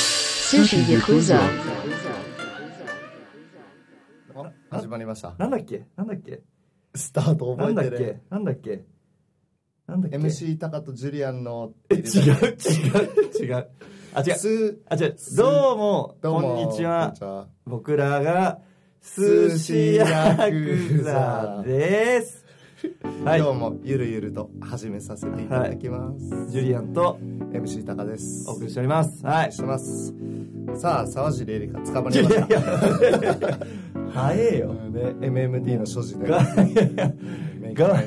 Sushi Yakuza. あ始まりましたなんだっけなんだっけスタートなんだ覚っえてけなんだっけなんだっけ MC タカとジュリアンのえ違う違う違う。あ、違う。すあ、違う。どうも、どうもこんにちは。こ僕らが、寿司ヤク ザです。は。んにちはいどうもゆるゆると始めさせていただきます、ジュリアンと MC タカですお送りししております。はい。てますさあ沢尻エリカ捕まいりやまいしたやいや。早えよ。ね MMD の所持でが、いやいや、メイクが、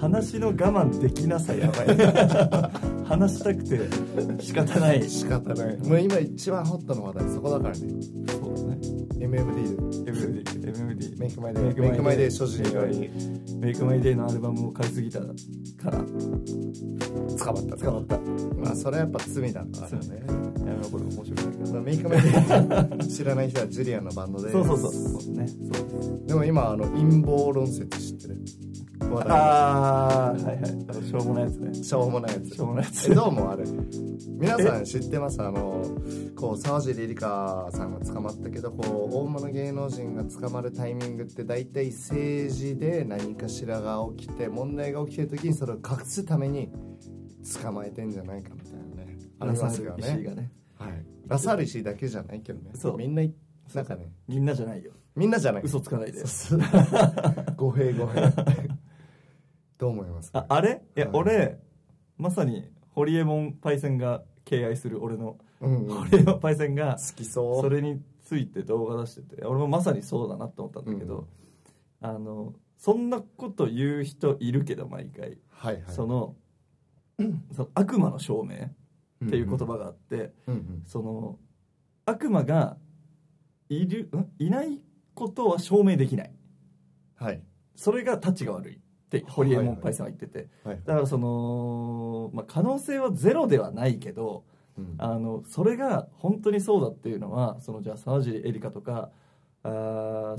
話の我慢できなさやばい。 話したくて仕方ない。仕方ないもう今一番ホットの話題そこだからねそうですね。 MMD MMD、MMD メイクマイデーメイクマイデー所持によりメイクマイデーのアルバムを買いすぎたから捕まった捕まったいまあそれはやっぱ罪だからそうねやこれ面白いあのメイクマイデー知らない人はジュリアンのバンドでそうそうそうそうねそうでも今あの陰謀論説知ってる話題ああはいはいあのしょうもないやつねしょうもないやつしょうもないやつえどうもあれ皆さん知ってますあのこう沢尻エリカさんが捕まったけどこう大物芸能人が捕まるタイミングって大体政治で何かしらが起きて問題が起きてる時にそれを隠すために捕まえてんじゃないかみたいなねありますよラサール石井ねがねはいラサール石井だけじゃないけどねそうみんななんかねみんなじゃないよみんなじゃない嘘つかないでそう 語弊語弊どう思いますあかあれいや、はい俺まさにホリエモンパイセンが敬愛する俺の、うんうん好ホリエモンパイセンがきそうそれについて動画出してて俺もまさにそうだなと思ったんだけど、あのそんなこと言う人いるけど毎回、はいはいその その悪魔の証明っていう言葉があって、うんうんその悪魔がいるんいないことは証明できないはいそれがタチが悪いってホリエモンパイさんは言ってて、はいだからその、まあ、可能性はゼロではないけどうんあのそれが本当にそうだっていうのはそのじゃあ沢尻エリカとかあ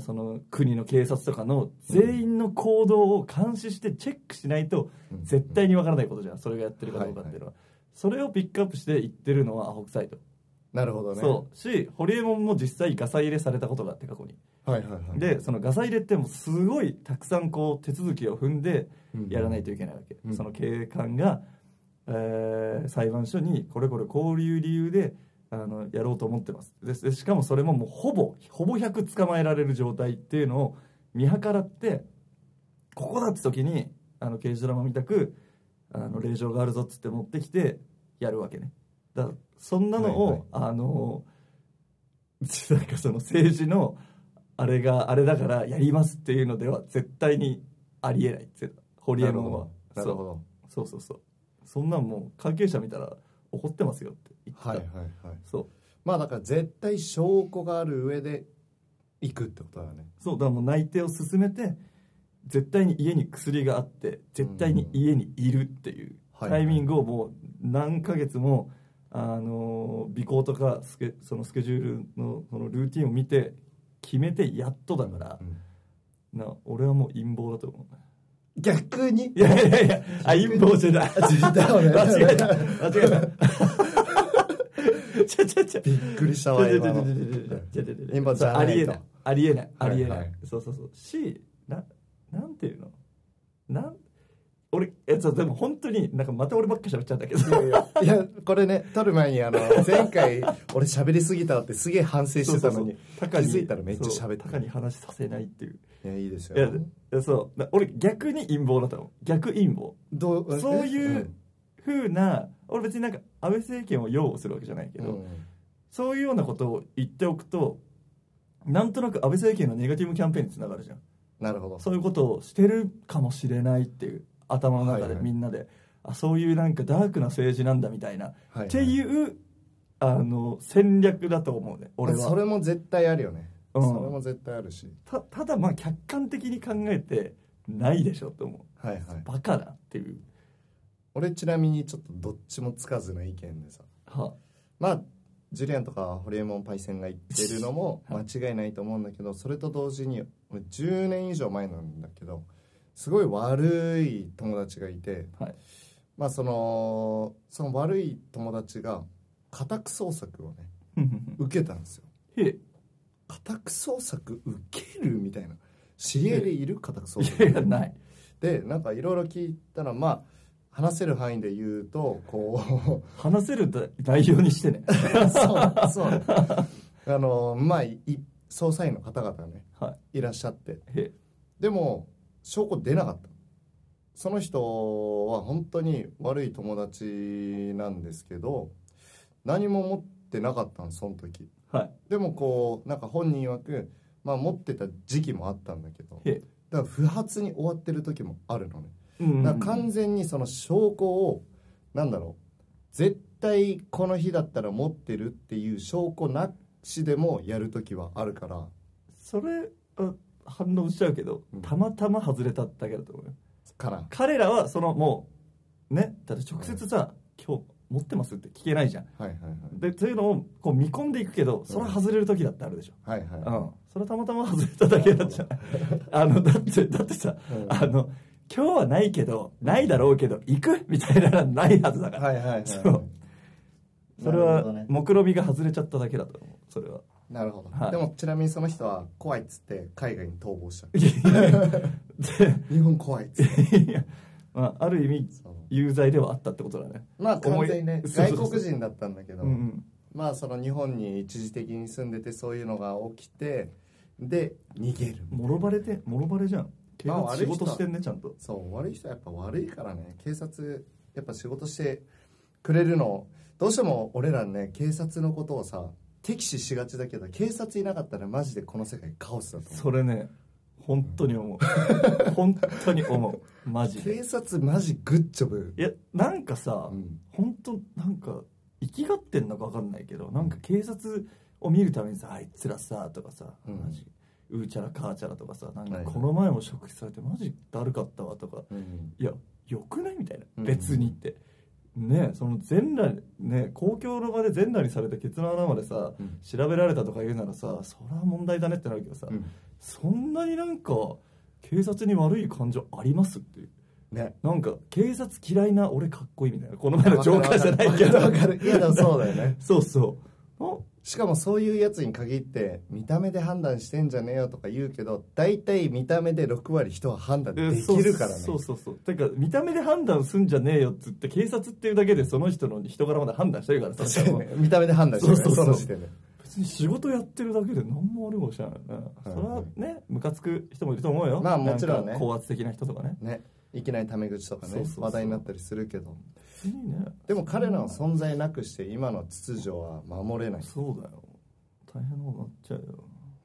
ーその国の警察とかの全員の行動を監視してチェックしないとうん絶対にわからないことじゃんそれがやってるかどうかっていうのは、それをピックアップして言ってるのはアホくさいとなるほどねそうしホリエモンも実際ガサ入れされたことがあって過去に、はいはいはいでそのガサ入れってもうすごいたくさんこう手続きを踏んでやらないといけないわけ、うんその警官が、えー裁判所にこれこれこういう理由であのやろうと思ってますででしかもそれももうほぼほぼ100捕まえられる状態っていうのを見計らってここだって時にあの刑事ドラマみたくあの令状があるぞっつって持ってきてやるわけねだからそんなのを、はいはいあの なんかその政治のあれがあれだからやりますっていうのでは絶対にありえないって堀江門はなるほどそうそうそうそうそんなんもう関係者見たら怒ってますよって言ってた、はいはいはいそうまあだから絶対証拠がある上で行くってことだよねそうだからもう内定を進めて絶対に家に薬があって絶対に家にいるっていうはいはいタイミングをもう何ヶ月も、あのー尾行とかスケそのスケジュールのそのルーティンを見て決めてやっとだから、うんな俺はもう陰謀だと思う逆にいやいやいやあ陰謀じゃないだよね間違 えた間違えたちゃちゃちゃびっくりしたわ今の今じゃなあいとりえないありえないありえはないはいいそうそうそうしななんていうのなん俺えっとでも本当になんかまた俺ばっか喋っちゃうんだけどいやいやこれね撮る前にあの前回俺喋りすぎたってすげえ反省してたのに気気づいたらめっちゃ喋ってる高に話させないっていういやいいですいやよいやそうな俺逆に陰謀だと思う逆陰謀どうそういううんふうな俺別になんか安倍政権を擁護するわけじゃないけど、うんそういうようなことを言っておくとなんとなく安倍政権のネガティブキャンペーンにつながるじゃんなるほどそういうことをしてるかもしれないっていう頭の中はいではいみんなで、あそういうなんかダークな政治なんだみたいな、はいっていうあの戦略だと思うね俺はそれも絶対あるよね、うんそれも絶対あるしたただまあ客観的に考えてないでしょって思うはいはいバカだっていう俺ちなみにちょっとどっちもつかずの意見でさは まあジュリアンとかホリエモンパイセンが言ってるのもは間違いないと思うんだけどそれと同時に俺10年以上前なんだけどすごい悪い友達がいてはいまあそのその悪い友達が家宅捜索をねふんふんふん受けたんですよへえ家宅捜索受けるみたいな知り合いでいる家宅捜いやいや索ないでなんかいろいろ聞いたらまあ話せる範囲で言うとこう話せるだ内容 にしてねそうそうあのまあい捜査員の方々がねはいらっしゃっていへえでも証拠出なかったその人は本当に悪い友達なんですけど何も持ってなかったのその時はいでもこうなんか本人曰くまあ持ってた時期もあったんだけどへえだから不発に終わってる時もあるのねうんうんうんだから完全にその証拠をなんだろう絶対この日だったら持ってるっていう証拠なしでもやる時はあるからそれあ反応しちゃうけどうんたまたま外れただけだと思うよから彼らはそのもうねだって直接さ、今日持ってますって聞けないじゃんはいはいでというのをこう見込んでいくけどそれは外れる時だってあるでしょ、はいはいうんはそれはたまたま外れただけなんじゃないあのだってだってさいうんあの今日はないけどないだろうけど行くみたいなのはないはずだからはいはいはい、はい、そうなそれるはほどね目論見が外れちゃっただけだと思うそ れはなるほど、はいでもちなみにその人は怖いっつって海外に逃亡したいやいやで日本怖いっつっていやまあ、ある意味そう有罪ではあったってことだねまあ完全にね思いそうそう外そう国人だったんだけどうんうんまあその日本に一時的に住んでてそういうのが起きてで逃げるもろバレてもろバレじゃん警まあ察悪い仕人事してんねちゃんとそう悪い人はやっぱ悪いからね警察やっぱ仕事してくれるのどうしても俺らね警察のことをさ敵視しがちだけど警察いなかったらマジでこの世界カオスだと思うそれね本当に 思う本当に思うマジで警察マジグッジョブ、いやなんかさ、うん本当なんか生きがってんのか分かんないけどなんか警察を見るためにさあいつらさとかさ、うんマジうーちゃらかーちゃらとかさなんかはいこの前も食事されてマジだるかったわとかうんいやよくないみたいなうん別にって、ねえその全裸ね公共の場で全裸にされたケツの穴までさうん調べられたとか言うならさそれは問題だねってなるけどさ、うんそんなになんか警察に悪い感情ありますっていうねなんか警察嫌いな俺かっこいいみたいなこの前のジョーカーじゃないけどわかるわかるいやでもそうだよねそうそうあしかもそういうやつに限って見た目で判断してんじゃねえよとか言うけど大体見た目で6割人は判断えできるからねそうそうそうそうてか見た目で判断すんじゃねえよっつって警察っていうだけでその人の人柄まで判断してるからさ確かにね 見た目で判断してるからそうそうそうの時点で別に仕事やってるだけで何も悪いことしてないよね、いそれはねムカつく人もいると思うよまあもちろんねなんか高圧的な人とかねねいきなりタメ口とかねそうそうそう話題になったりするけど別にねでも彼らの存在なくして今の秩序は守れない、そうだよ大変なことになっちゃうよ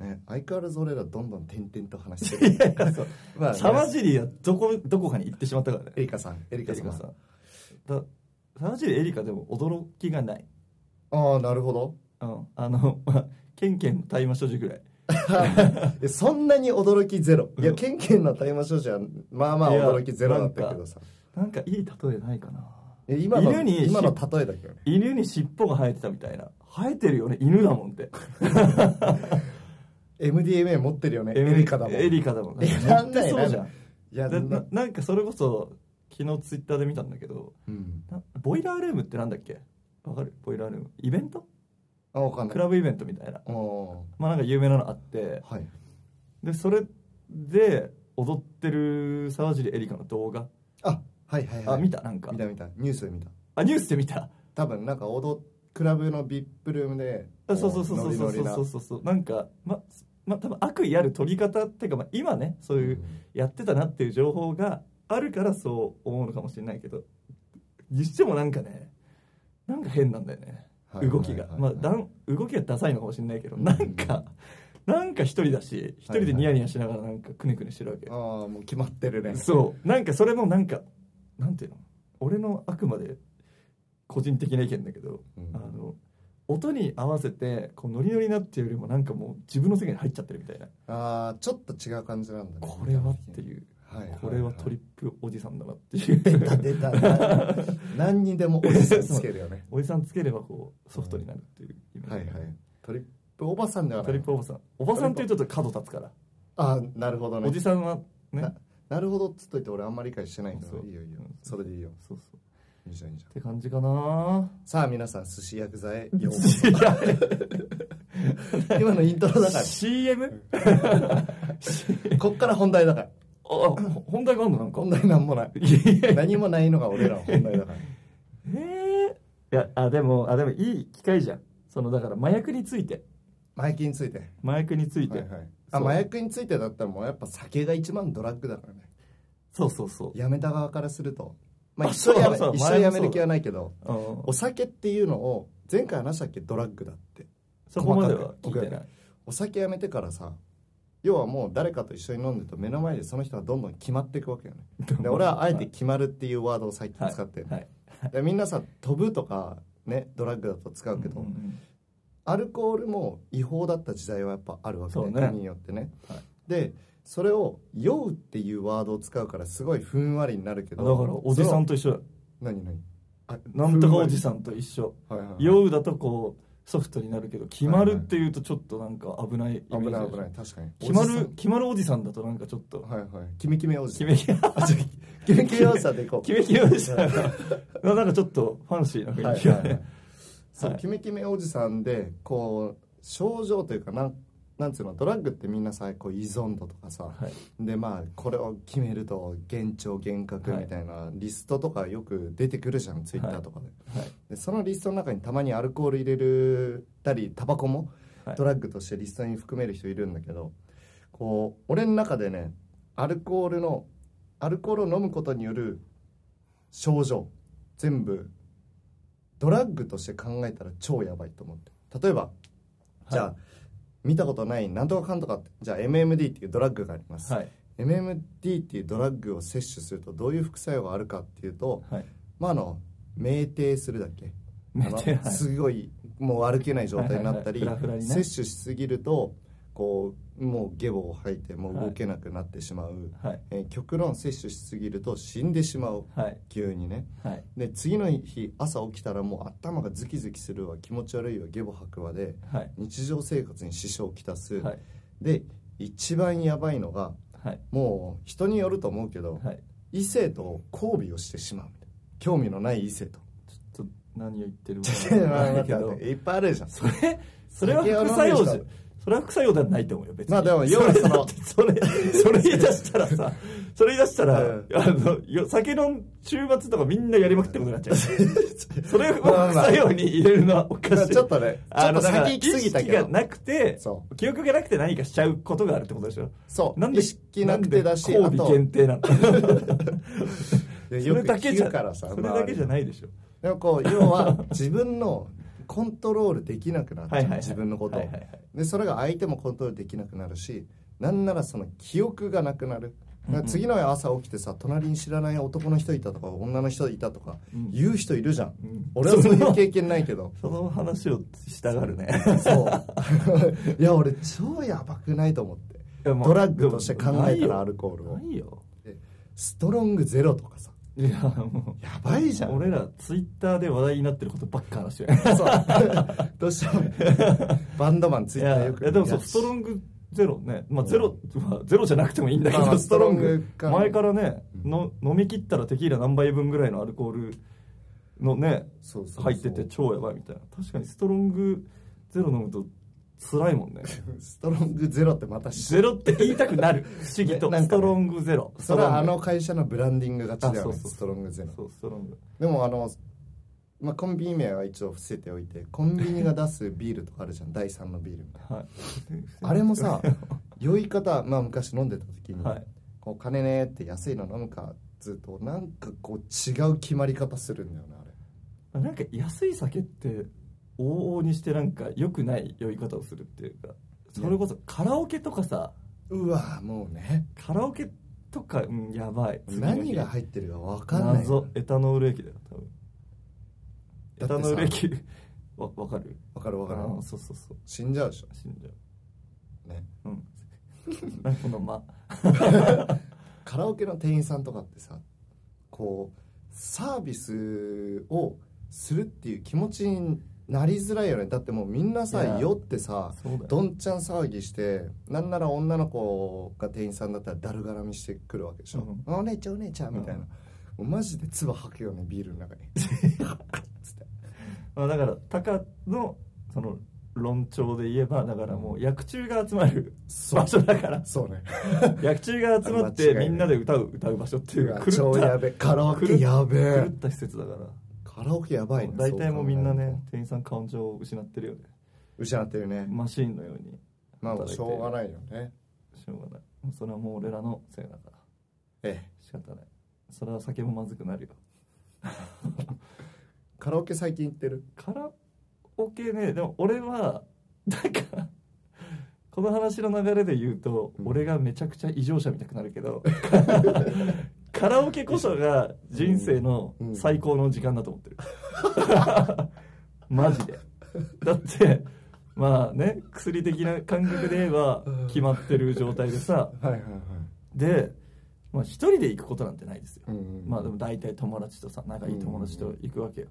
ね、相変わらず俺らどんどん点々と話しているやいやそう まあ、ね、沢尻はどこどこかに行ってしまったからねエリカさんエリエカリさんカさんだ沢尻エリカでも驚きがない、ああなるほど うん、あの まあケンケンの大麻所持ぐらいえそんなに驚きゼロいや、うんケンケンの大麻少女はまあまあ驚きゼロだったけどさなんかいい例えないかなえ今の犬に今の例えだけどね犬に尻尾が生えてたみたいな生えてるよね犬だもんって MDMA 持ってるよねエリカだもんエリカだもんえなんだよそうじゃんいやでなななんかそれこそ昨日ツイッターで見たんだけどうんなボイラールームってなんだっけわかるボイラールームイベントあわかんなクいラブイベントみたいなおまあなんか有名なのあってーはいでそれで踊ってる沢尻エリカの動画あはいはいはいあ見たなんか見た見たニュースで見たあニュースで見た多分なんか踊っクラブの VIP ルームであそうそうそうそうそうノリノリなそうそうそうなんかまま多分悪意ある取り方っていうか、まあ、今ねそういうやってたなっていう情報があるからそう思うのかもしれないけどにしてもなんかねなんか変なんだよねはい動きがはいまはあいだん動きがダサいのかもしれないけどなんかなんか一人だし一人でニヤニヤしながらなんかくねくねしてるわけああもう決まってるねそうなんかそれもなんかなんていうの俺のあくまで個人的な意見だけどうんあの音に合わせてこうノリノリになっていうよりもなんかもう自分の世界に入っちゃってるみたいなああちょっと違う感じなんだねこれはっていうはいこれはトリップおじさんだなってい出たう出たな 何にでもおじさんつけるよねおじさんつければこうソフトになるっていうイメはいーはジいトリップおばさんではなトリッいプおばさんおばさんっていうとちょっと角立つからああなるほどおねじさんはねななるほどっつっといて俺あんまり理解してないけそどういいよいいようんそれでいいよそうそういいじゃんいいじゃんて感じかなさあ皆さん寿司薬剤よ うこそ今のイントロだか CM? らこっから本題だからあほ本題があんのなんか本題なんもない いや何もないのが俺らの本題だからえーいやあでもあでもいい機会じゃんそのだから麻薬について麻薬について麻薬について、はい、あそう麻薬についてだったらもうやっぱ酒が一番ドラッグだからねそうそうそうやめた側からするとまああ一生やめそうそう一前生もやそうめる気はないけどうんお酒っていうのを前回話したっけドラッグだってそこまでは聞いてないお酒やめてからさ要はもう誰かと一緒に飲んでると目の前でその人がどんどん決まっていくわけよねで俺はあえて「決まる」っていうワードを最近使ってる、はいでみんなさ「飛ぶ」とかねドラッグだと使うけど、うんうんアルコールも違法だった時代はやっぱあるわけそうねね国によってね、はいでそれを「酔う」っていうワードを使うからすごいふんわりになるけだかどらおじさんと一緒その何何あだなんとかおじんさんと一緒はいはいはい酔うだとこうソフトになるけど決まるっていうとちょっとなんか危ないイメージ危だなよい危ない確かに決まおじる決まるおじさんだとなんかちょっとさんはいはいキメキメおじ 決さんめき決あちょキメキメおじさんでいこうめきおじさんがなんかちょっとファンシーなは雰囲い気はがいはいねそう、はいキメキメおじさんでこう症状というかなんなんつうのドラッグってみんなさこう依存度とかさ、はいでまあこれを決めると幻聴幻覚みたいなリストとかよく出てくるじゃん、ツイッターとかで,、はいでそのリストの中にたまにアルコール入れるたりタバコもはいドラッグとしてリストに含める人いるんだけどこう俺の中でねアルコールのアルコールを飲むことによる症状全部ドラッグとして考えたら超やばいと思って例えばじゃあ、見たことないなんとかかんとかってじゃあ MMD っていうドラッグがあります、はい MMD っていうドラッグを摂取するとどういう副作用があるかっていうと、はいまあ、あの酩酊するだっけめっちゃあのすごいもう歩けない状態になったり、はいはいはいフラフラにね摂取しすぎるとこうもうゲボを吐いてもう動けなくなってしまう、はいえー極論摂取しすぎると死んでしまうはい急にねはいで次の日朝起きたらもう頭がズキズキするわ気持ち悪いわゲボ吐くわではい日常生活に支障をきたす、はいで一番やばいのがはいもう人によると思うけど、はい異性と交尾をしてしまうみたいな興味のない異性とちょっと何を言ってるかい分からないけ やどいっぱいあるじゃんそれそれは副作用じゃそれは副作用ではないと思うよ別にまあでも要はその それそれ言い出したら さそれ言い出したら、うんあのよ酒の週末とかみんなやりまくってることになっ ちゃうそれを副作用に入れるのはおかしいちょっとねちょあっのとだから先行き過ぎたけ意識どがなくてそ記憶がなくて何かしちゃうことがあるってことでしょそうなんで意識なくてだしなんであと交尾限 定なのでそよれくだけじ聞ゃくからさそれだけじゃいないでしょでもこう要は自分のコントロールできなくなっちゃう、はいはいはい自分のことを、はいはいはいでそれが相手もコントロールできなくなるしなんならその記憶がなくなるだから次の日朝起きてさ隣に知らない男の人いたとか女の人いたとかうん言う人いるじゃん、うん俺はそういう経験ないけどその話をしたがるねそう いや俺超やばくないと思っていやまあ ドラッグとして考えでたもらアルコールをないよストロングゼロとかさいやもうやばいじゃん俺らツイッターで話題になってることばっか話してるそう どうしてもねバンドマンツイッターよいくやでもそ見うがちストロングゼロねまあゼロはゼロじゃなくてもいいんだけまあまどあストロンストロンググか前からねうんの飲み切ったらテキーラ何杯分ぐらいのアルコールのねそうそうそう入ってて超やばいみたいな確かにストロングゼロ飲むと辛い もんねストロングゼロってまたしゼロって言いたくなる不思議とねなんかねストロングゼロそれはあストロンの会社のブランディングがちだよあそうねそうストロングゼログそうストロングでもあの、まあ、コンビニ名は一応伏せておいてコンビニが出すビールとかあるじゃん第3のビールみたいはいなあれもさ 酔い方、まあ、昔飲んでた時に、 はいこう金ねーって安いの飲むかずっとなんかこう違う決まり方するんだよねあれなんか安い酒って往々にしてなんか良くない酔い方をするっていうかそれこそカラオケとかさうわもうねカラオケとか、うん、やばい何が入入ってるか分かんない謎エタノール液だよ多分だってエさタノール液 わわかる分かる分かるあーそうそうそう死んじゃうでしょ死んじゃねううんなんかこのま カラオケの店員さんとかってさこうサービスをするっていう気持ちになりづらいよねだってもうみんないやさ酔ってさそうだよどんちゃん騒ぎしてなんなら女の子が店員さんだったらだるがらみしてくるわけでしょ「うんお姉ちゃんお姉ちゃん」みたいなもうマジで唾吐くよねビールの中につってまあ、だからタカのその論調で言えばだからもう薬中が集まる場所だからそうね薬中が集まっ間違ていないみんなで歌う歌う場所っていううわか狂超っやたべえカラオケやべ狂っえた施設だからカラオケやばいね大体もうみんなそう考えねる店員さん感情を失ってるよねと失ってるねマシーンのようにまあもうしょうがいないよねしょうがないもうそれはもう俺らのせいだからええ仕方ないそれは酒もまずくなるよカラオケ最近行ってるカラオケねでも俺はなんかこの話の流れで言うと、うん俺がめちゃくちゃ異常者みたくなる けどカラオケこそが人生のうん最高の時間だと思ってるマジでだってまあね薬的な感覚で言えばうん決まってる状態でさはいはいはいで、まあ、一人で行くことなんてないですようんうんまあでも大体友達とさ仲いい友達と行くわけよ、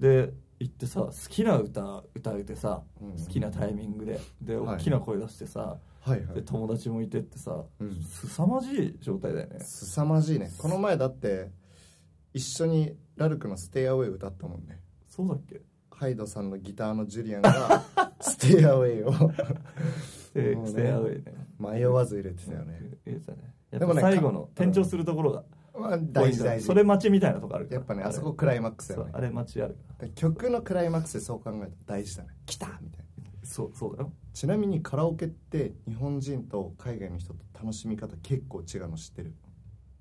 で行ってさ好きな歌歌えてさうんうん好きなタイミングでではい大きな声出してさ、はいはでい友達もいてってさ、うん凄まじい状態だよねすさまじいねこの前だって一緒にラルクの「ステイアウェイ」歌ったもんねそうだっけ、ハイドさんのギターのジュリアン が「ステイアウェイ」を でもうねステアウェイね迷わず入れてたよね入れてたねやでっもぱね最後のか転調するところがまあ大事ポイントだ大事それ待ちみたいなとこあるからやっぱねあれそこクライマックスだよそねうあれ待ちあるから曲のクライマックスでそう考えたら大事だね来たみたいなそうそうだよちなみにカラオケって日本人と海外の人と楽しみ方結構違うの知ってる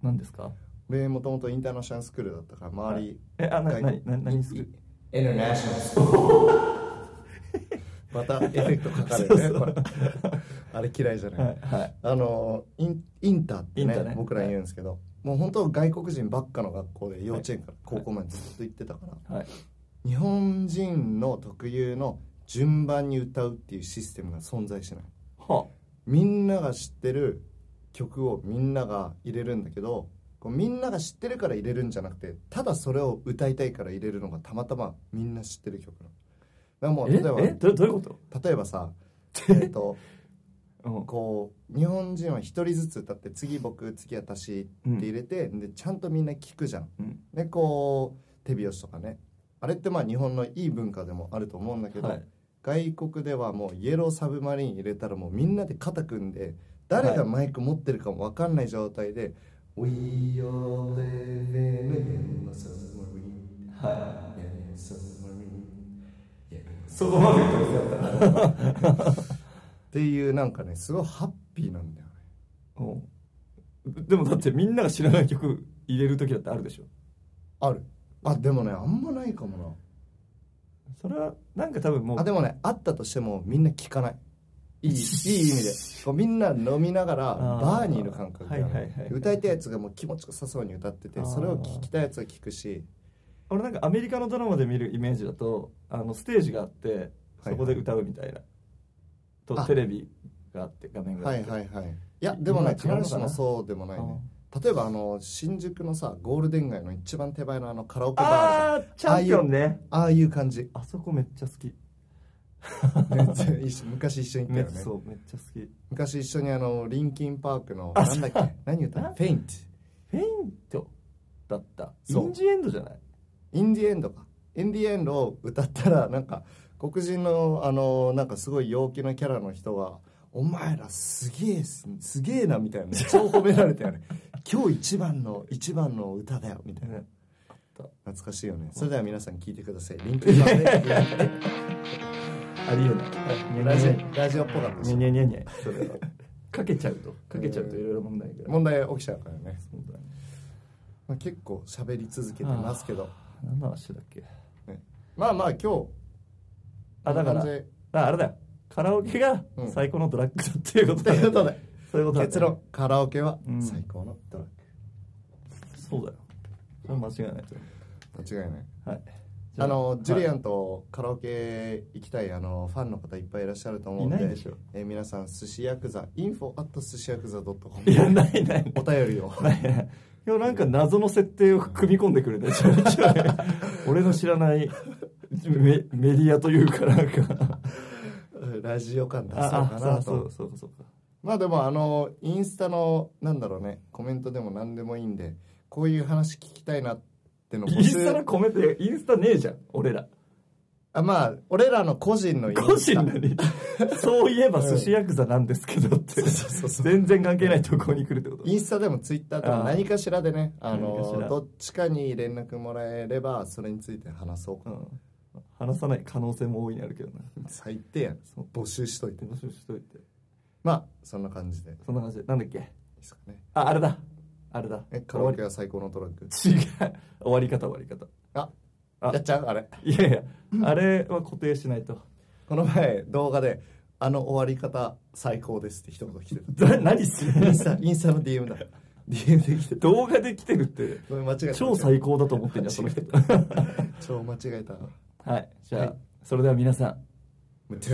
何ですか俺もともとインターナショナルスクールだったから周り、えあなはい何何何するインターナショナルスクー ルまたエフェクトかかるよねそうそうこれあれ嫌いじゃない、はいはいあのインインターってインねタね僕ら言うんですけど、もう本当外国人ばっかの学校で幼稚園から高校までずっと行ってたから、はい日本人の特有の順番に歌うっていうシステムが存在しないはみんなが知ってる曲をみんなが入れるんだけどこうみんなが知ってるから入れるんじゃなくてただそれを歌いたいから入れるのがたまたまみんな知ってる曲なのあだえからもう例ええどどういうことば例えば さえっとうんこう日本人は一人ずつ歌って次僕次私って入れて、でちゃんとみんな聞くじゃん、うんでこう手拍子とかねあれってまあ日本のいい文化でもあると思うんだけど、はい外国ではもうイエローサブマリン入れたらもうみんなで肩組んで誰がマイク持ってるかも分かんない状態で「We all live in a yellow submarine は yellow submarine いそこまで言ってますよ」っていうなんかねすごいハッピーなんだよねうんでもだってみんなが知らない曲入れる時だってあるでしょあるあでもねあんまないかもなそれはなんか多分もうあでもねあったとしてもみんな聞かないいいいい意味でこうみんな飲みながらーバーにいる感覚があるはいはいはい 歌いたいやつがもう気持ちよさそうに歌っててあーそれを聞きたいやつは聞くし俺なんかアメリカのドラマで見るイメージだとあのステージがあってそこで歌うみたいな、あとテレビがあって画面があはっいて、はいはいいやでもね必今は違うのかなずしもそうでもないね例えばあの新宿のさゴールデン街の一番手前のあのカラオケバーあるああーチャンピオンねじゃんああいう感 じあそこめっちゃ好き、めっちゃ一緒昔一緒に行っめたっよねそうめっちゃ好き昔一緒にあのリンキンパークのなんだっけ何歌うフェイントフェイントだったイそうンジエンドじゃないインディエンドかインディエンドを歌ったらなんか黒人のあのなんかすごい陽気なキャラの人が「お前らすげえすすげえな」みたいな超褒められた よね「今日一番の一番の歌だよ」みたいなね懐かしいよねそれでは皆さん聞いてくださいリンクさん でありえないニャラジニオラジオっぽかったでしャょニャニャニャニャそれはかけちゃうとかけちゃうといろいろ問題が問題起きちゃうからね、そうだねまあ、結構喋り続けてますけど何の話だっけまあまあ今日あだからこんな感ああれだよカラオケがうん最高のドラッグだっていうことじとだ、いうことでそういうことだね結論カラオケはうん最高のドラッそうだよそれは間違いないと思グ間違いないうはいあのジュリアアンとカラオケ行きたいあのファンの方いっぱいいらっしゃると思ういんでないでしょえー皆さん寿司ヤクザ info at 寿司ヤクザ .com いやないないお便りを ないない今日なんか謎の設定を組み込んでくるねちょいちょい俺の知らないメメディアというかなんかラジオ感出そうあかあなそとうそうそうそうかまあでもあのインスタのなんだろうねコメントでも何でもいいんでこういう話聞きたいなってのイ募ンスタ集のコメントインスタねえじゃん俺らあまあ俺らの個人のインスタ個人なのに そういえばうん寿司ヤクザなんですけどってそうそうそう全然関係ないとこに来るってことインスタでもツイッターでもあー何かしらでねあ何かしのらどっちかに連絡もらえればそれについて話そううかん話さない可能性も大いにあるけどな最低やんそう募集しといて募集しといてまあそんな感じでいいそんな感じでなんだっけですかねああれだあれだえカラ終わオりケは最高のトラック違う終わり方終わり方ああやっちゃうあれいやいやあれは固定しないとこの前動画で「あの終わり方最高です」って一言来てただ何すインるス タインスタの DM だ DM で来てた動画で来てるってごめん間違えた超最高だと思ってんじゃん その人 超間違えたはいじゃあ、はいそれでは皆さんて